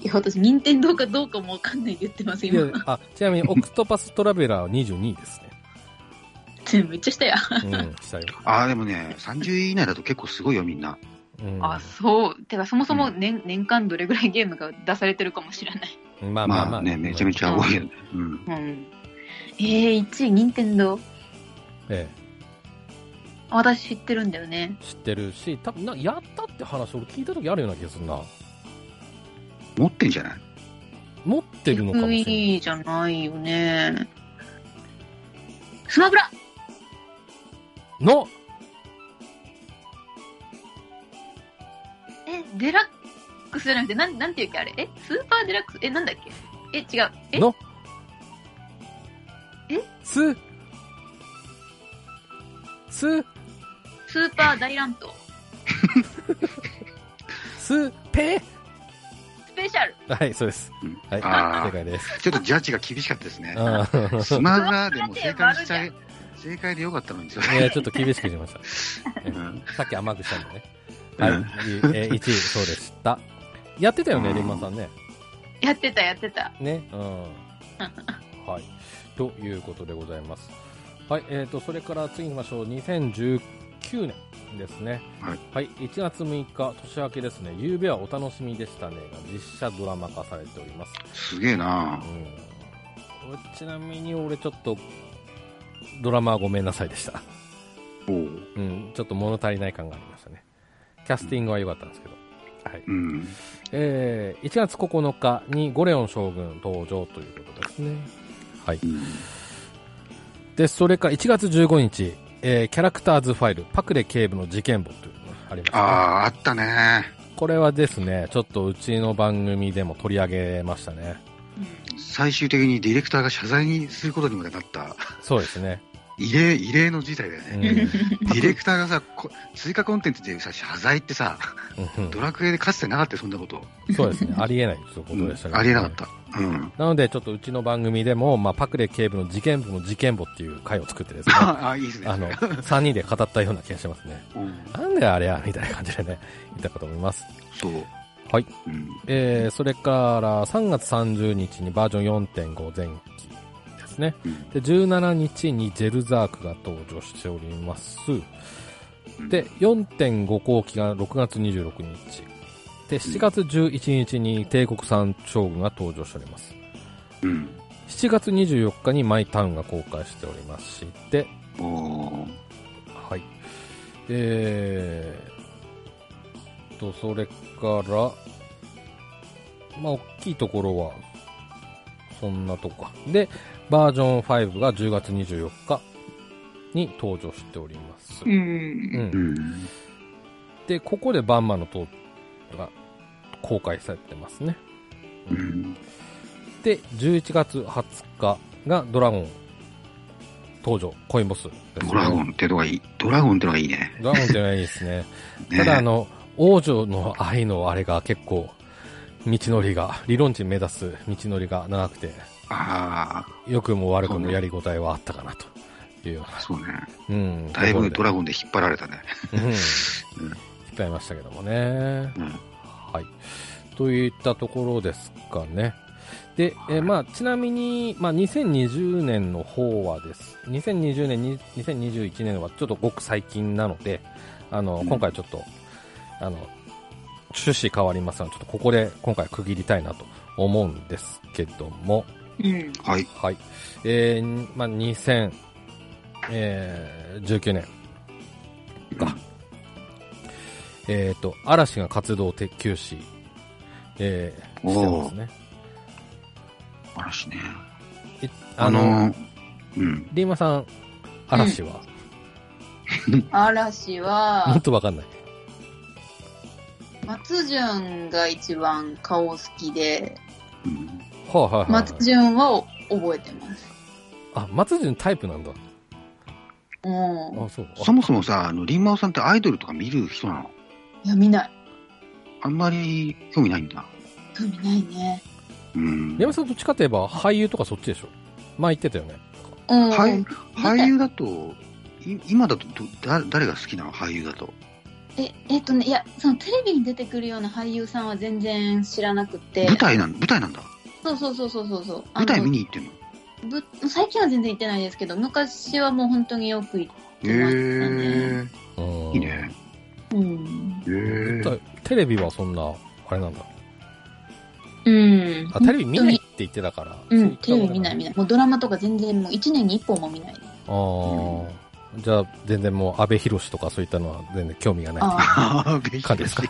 いや、私、任天堂かどうかもわかんない言ってます、
いや
今。
あ、ちなみに、オクトパストラベラーは22位ですね。
めっちゃしたや。
うん、したよ。
ああ、でもね、30位以内だと結構すごいよ、みんな。
うん、
あ、そう。てか、そもそも年、年間どれぐらいゲームが出されてるかもしれない。
まあまあま
ま
あ。
あね、めちゃめちゃ多いよね。うん。
うん。えー、1位、任天堂
え
私知ってるんだよね
え。知ってるし、多分な、やったって話、俺聞いた時あるような気がするな。
持ってんじゃない
持ってるのかもしれない。
FE じゃないよね。スマブラ
の
え、デラックスじゃなくて、なん、なんていうっけあれえ、スーパーデラックスえ、なんだっけえ、違う。え
の
え
すす
スーパー大乱闘。
すぺ
スペシャル。
はい、そうです。
うん
はい、
あ
正
あ、
解です。
ちょっとジャッジが厳しかったですね。
うん
スマブラでも正解したい、正解でよかったのに、それ。
いや、ちょっと厳しくし ました。
うん
さっき甘くしたんでね。
う
はい、
ん
えー1位、そうでした。やってたよね、
うん
リンマさんね。
やってた、やってた。
ね。 うん。はい。ということでございます。はい、えーと、それから次行きましょう。2019年ですね。
はい。
1月6日、年明けですね。夕べはお楽しみでしたね。が実写ドラマ化されております。
すげえな
うん俺。ちなみに俺ちょっと、ドラマはごめんなさいでした。
おう
うん、ちょっと物足りない感がありましたね。キャスティングは良かったんですけど。はい。
うん。
えー、1月9日にゴレオン将軍登場ということですね。はい。
うん
で、それから1月15日、えー、キャラクターズファイル、パクレ警部の事件簿というのがありました、
ああ、あったね。
これはですね、ちょっとうちの番組でも取り上げましたね。
最終的にディレクターが謝罪にすることにまでなった、
そうですね。
異例、異例の事態だよ
うん。
ね。
う ん
うん
ディレクターがさ、こ追加コンテンツでさ、謝罪ってさ、ドラクエでかつてなかったよ、そんなこと。
そうですね。ありえないということ
うん
でしたね。
ありえなかった。うん。
なので、ちょっとうちの番組でも、まあ、パクレ警部の事件簿の事件簿っていう回を作ってですね、あ
ああ、いいですね。
の、3人で語ったような気がしますね。
うん
なんであれや、みたいな感じでね、言ったかと思います。
そう。
はい。
うん。
えー、それから、3月30日にバージョン4.5前期ですね。
うん
で、17日にジェルザークが登場しております。で、、4.5後期が6月26日。で、7月11日に帝国産将軍が登場しております。
うん。
7月24日にマイタウンが公開しておりまして、
おー
はい。えー、と、それから、まあ、大きいところは、そんなとこか。で、バージョン5が10月24日に登場しております。
う。
うん。
うんん。
で、ここでバンマの塔が公開されてますね。
うん。
で、11月20日がドラゴン登場、コインボスですね
ドラゴンってのがいい。ドラゴンってのがいいね。
ドラゴンっていうのはいいですね。
ね
ただあの、王女の愛のあれが結構、道のりが、理論値目指す道のりが長くて、
あ
良くも悪くもやりごたえはあったかなというよ
あ、そうね。
うな。うん。
だいぶド
ラ
ラゴンで引っ張られたね。
うん。引っ張りましたけどもね。
うん。
はい。といったところですかね。で、えーまあ、ちなみに、まあ、2020年の方はです、2020年、に2021年はちょっとごく最近なので、あの、
うん
今回ちょっと、あの、趣旨変わりますので、ちょっとここで今回区切りたいなと思うんですけども、
うん。
はい。
はい。えー、まあ、2019、えー19年が、えっ、と、嵐が活動て休止、えー、してますね。
嵐ね。
え
あ
あの、
の、うん。
リーマさん、嵐は、
嵐
もっ
は、
とわかんない。
松潤が一番顔好きで、
うん
はあ、はいはいはい
松潤は覚えてます。
あ、松潤タイプなんだ。
うん。
あ、そう。あ
そもそもさ、あの、リンマオさんってアイドルとか見る人なの
いや、見ない。
あんまり興味ないんだ。
興味ないね。
うん。
リーマさんどっちかといえば俳優とかそっちでしょ前言ってたよね。
うん。
はい
い
俳優だと、い今だとどだ、誰が好きなの俳優だと。
え、えっとね、いや、そのテレビに出てくるような俳優さんは全然知らなくて。
舞台なん、舞台なんだ。
そうそうそうそうそうそう。あの
舞台見に行ってんの。
ぶ最近は全然行ってないですけど、昔はもう本当によく行ってましたね。
へ
うん。
え。いいね。
うん。
へえ。
テレビはそんな、あれなんだ。
うん。
あ、テレビ見ないって言ってたから。
うん、テレビ見ない見
い。
ない。もうドラマとか全然もう1年に1本も見ない。
あーじゃあ、全然もう、安倍博士とかそういったのは全然興味がない。
ああ、
ああ、勉
感じですか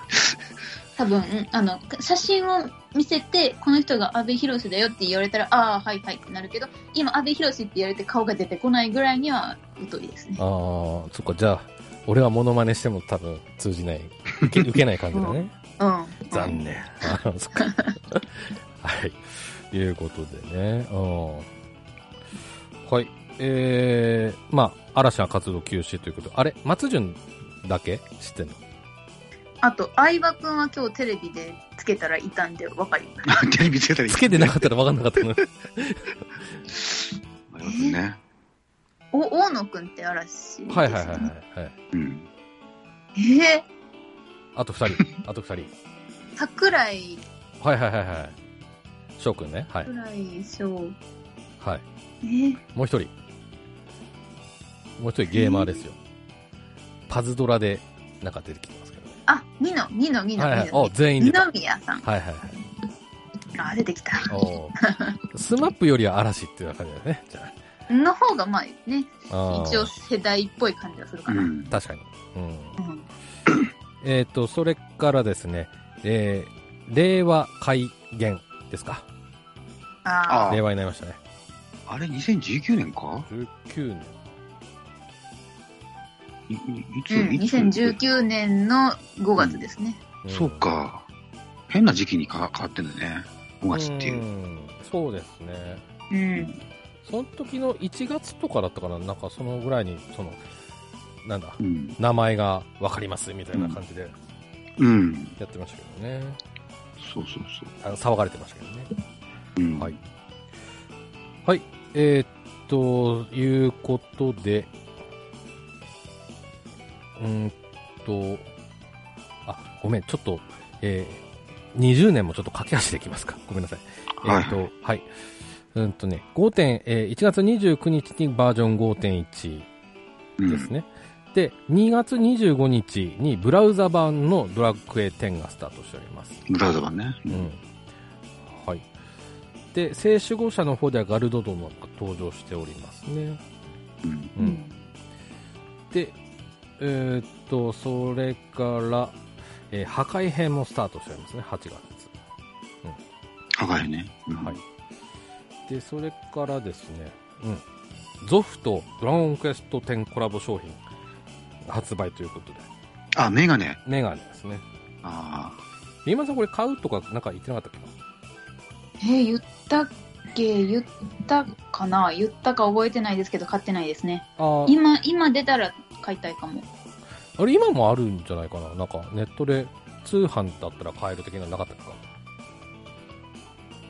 多分、うんあの、写真を見せて、この人が阿部寛だよって言われたら、ああ、はいはいってなるけど、今阿部寛って言われて顔が出てこないぐらいには疎いですね。
あーそっか、じゃあ、俺はモノマネしても多分通じない。受け受けない感じだね。
うん。
残念。あーそっか。 はい。いうことでね。うん。はい。えー、まあ、嵐は活動休止ということで。あれ松潤だけ知ってんの
あと、相葉くんは今日テレビでつけたらいたんでわかります。
テレビつけたらいい
つけてなかったら分かんなか ったの。
迷うね。
お、大野くんって嵐ですよね、
はいはいはいはい。はい、
うん。
い。ええ
あと二 人。あと二人。
桜井、
はいはいはいはい。翔くんね。はい。
桜井翔。
はい。
えー、
もう一人。もう一人ゲーマーですよ。パズドラで、なんか出てきてますけどね。
あ、ニノ、ニノ、ニノ、
はいは
ニ
い。
ノ
お、全員出
二
た。はい
宮さん。
はいはい。
あ、出てきた。
おースマップよりは嵐っていうような感じだね。じゃ
の方が、まあね、
あ。
一応
あー
世代っぽい感じがする
う
かな。うん。
ん。
確かに。うん。えっ、と、それからですね、えー、令和改元ですか。
ああ
あ
令和になりましたね。
あれ、2019年か
19年。
いいいうつ、
ん、
いつ
2019年の5月ですね。
ん
そう。か。変な時期にか変わってんだね。5月っていうう。
ん。そうですね。
うん。
その時の1月とかだったかな、なんかそのぐらいに、その、なんだ、
うん。
名前がわかりますみたいな感じで
うん。
やってましたけどね。
そうそうそ
あの騒がれてましたけどね。
う。うん。
はいはい。えーっと、いうことで、うーんと、あ、ごめん、ちょっと、えー20年もちょっと駆け足でいきますか。ごめんなさい。え
はい
ーっと、はい。うんとね、5点、えー1月29日にバージョン5.1。
うん
ですね。で、2月25日にブラウザ版のドラクエ10がスタートしております。
ブラウザ版ね。う
うんん。はい。で、聖守護者の方ではガルドドンが登場しておりますね。
うん。
うん。で、えーっと、それから、えー破壊編もスタートしておりますね、8月。
赤いね。うん
はい。で、それからですね、うん。ゾフとドラゴンクエスト10コラボ商品発売ということで、
あ、メガネ。
メガネですね。
あ
リーマンさんこれ買うとかなんか言ってなかったっけな
えー言ったっけ言ったかな言ったか覚えてないですけど、買ってないですね。
あー
今、今出たら買いたいかも。
あれ今もあるんじゃないかななんかネットで通販だったら買える的なのなかったっけか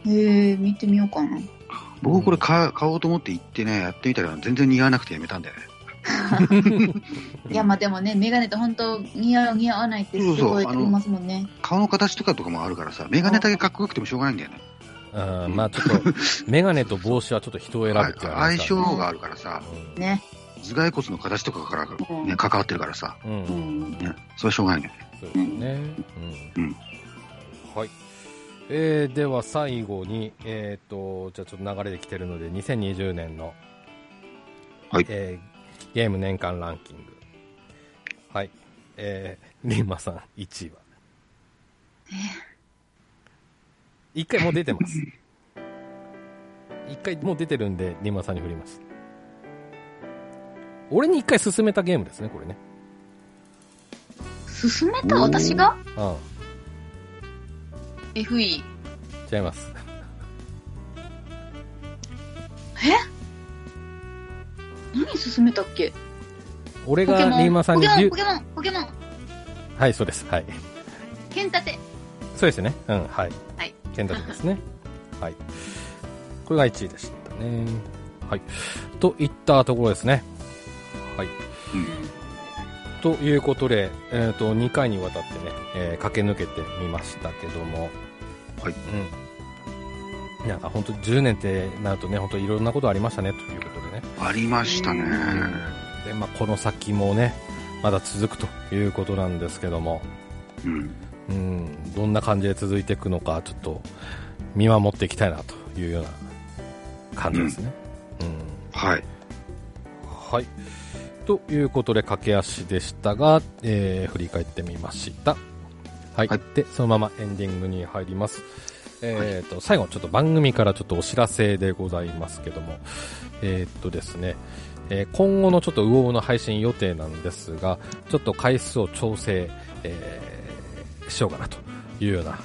ええ見てみようかな。
あ。僕これ買買おうと思って行ってね、やってみたら全然似合わなくてやめたんだよね。
いや、まあでもね、メガネと本当似合う似合わないってす
そう
ご
そ
いう
あの
思いますもんね。
顔の形とかとかもあるからさ、メガネだけかっこよくてもしょうがないんだよね。
うん、まあちょっと、メガネと帽子はちょっと人を選ぶっていうのはある
相
から
性があるからさ、
うん
ね。
頭蓋骨の形とかから、
うん
ね、関わってるからさ、
うん、
うん。
ね、それはしょうがないよね。
そうですね。う
うんん。
はい。えー、では最後に、えっ、と、じゃあちょっと流れで来てるので、2020年の、
はい
えーゲーム年間ランキング。はい。えー、リンマさん、1位は。一回もう出てます。一回もう出てるんで、リンマさんに振ります。俺に一回勧めたゲームですね、これね。
進めた私が
うん。
?FE。
違います。
何進めたっけ
俺
ポ
が
ケモ
リーマ
ン。
ンさ
ポ
んに
ケ
言
モン、
う
ポケモン、ポケモン。
はい、そうです。はい。
剣立て。
そうですね。うん、はい。
はい。
剣道ですね。はい。これが1位でしたね。はい。といったところですね。はい。ということで、えっ、と、2回にわたってね、えー駆け抜けてみましたけども。
はい。
うん。なんか本当10年ってなるとね、本当いろんなことありましたね、ということでね。
ありましたね。
で、まあ、この先もね、まだ続くということなんですけども。
うん。
うん、どんな感じで続いていくのか、ちょっと見守っていきたいなというような感じですね。うん
はい。
はい。ということで、駆け足でしたが、えー振り返ってみました。はい、
はい
で、そのままエンディングに入ります。えっ、と、最後、ちょっと番組からちょっとお知らせでございますけども、えっ、とですね、えー今後のちょっとウオウの配信予定なんですが、ちょっと回数を調整、えーしようかなというような、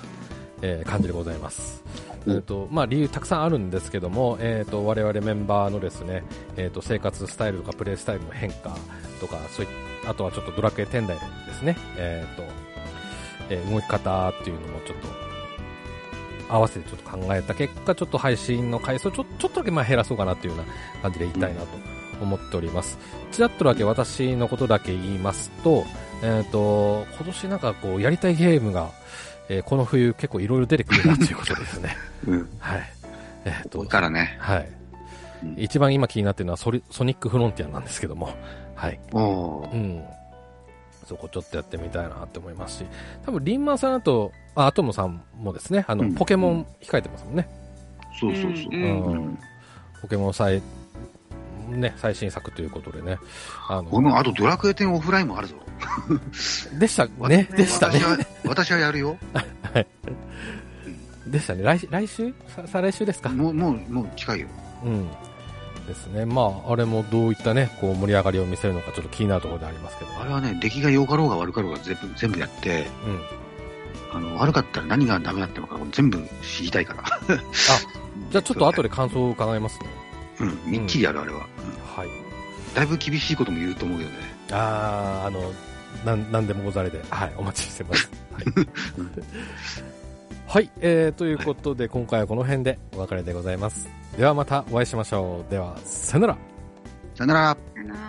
えー感じでございます。
お
えーとまあ、理由たくさんあるんですけども、えー、と我々メンバーのですね、えー、と生活スタイルとかプレイスタイルの変化とかそういあとはちょっとドラクエ天台のですね、えーとえー動き方っていうのもちょっと合わせてちょっと考えた結果ちょっと配信の回数をちょちょっとだけまあ減らそうかなというような感じでいきたいなと思っております、ちらっとだけ私のことだけ言いますと,、えー、と今年なんかこうやりたいゲームが、えーこの冬結構いろいろ出てくるなということですね
うん。
はい。えーっ
遠
と
い、からね。
はい。
うん
一番今気になってるのはソリソニックフロンティアなんですけども、はい。
お
う
ー
ん。そこちょっとやってみたいなって思いますし、多分リンマンさんだと、あアトムさんもですね、あの、
うん
ポケモン控えてますもんね。
そうそうそう。
うん
うん
うん
ポケモン最、ね、最新作ということでね。あの
ご、めん、あとドラクエ10オフラインもあるぞ。
でしたね、でしたね
私。は、私はやるよ。
でしたね。来来週さ再来週ですか
もう、もう、もう近いよ。
うん。ですね。まあ、あれもどういったね、こう盛り上がりを見せるのかちょっと気になるところでありますけど。
あれはね、出来が良かろうが悪かろうが全部、全部やって、
うん。
あの、悪かったら何がダメだったのか全部知りたいから。
じゃあちょっと後で感想を伺いますね。
うん、みっちりやる、あれは。うん
はい。
だいぶ厳しいことも言うと思うけどね。
あー、あの、なん、なんでもござれで、はい、お待ちしてます。 はい。はい、えー、ということで、今回はこの辺でお別れでございます。ではまたお会いしましょう。では、さよなら
さよなら。
あのー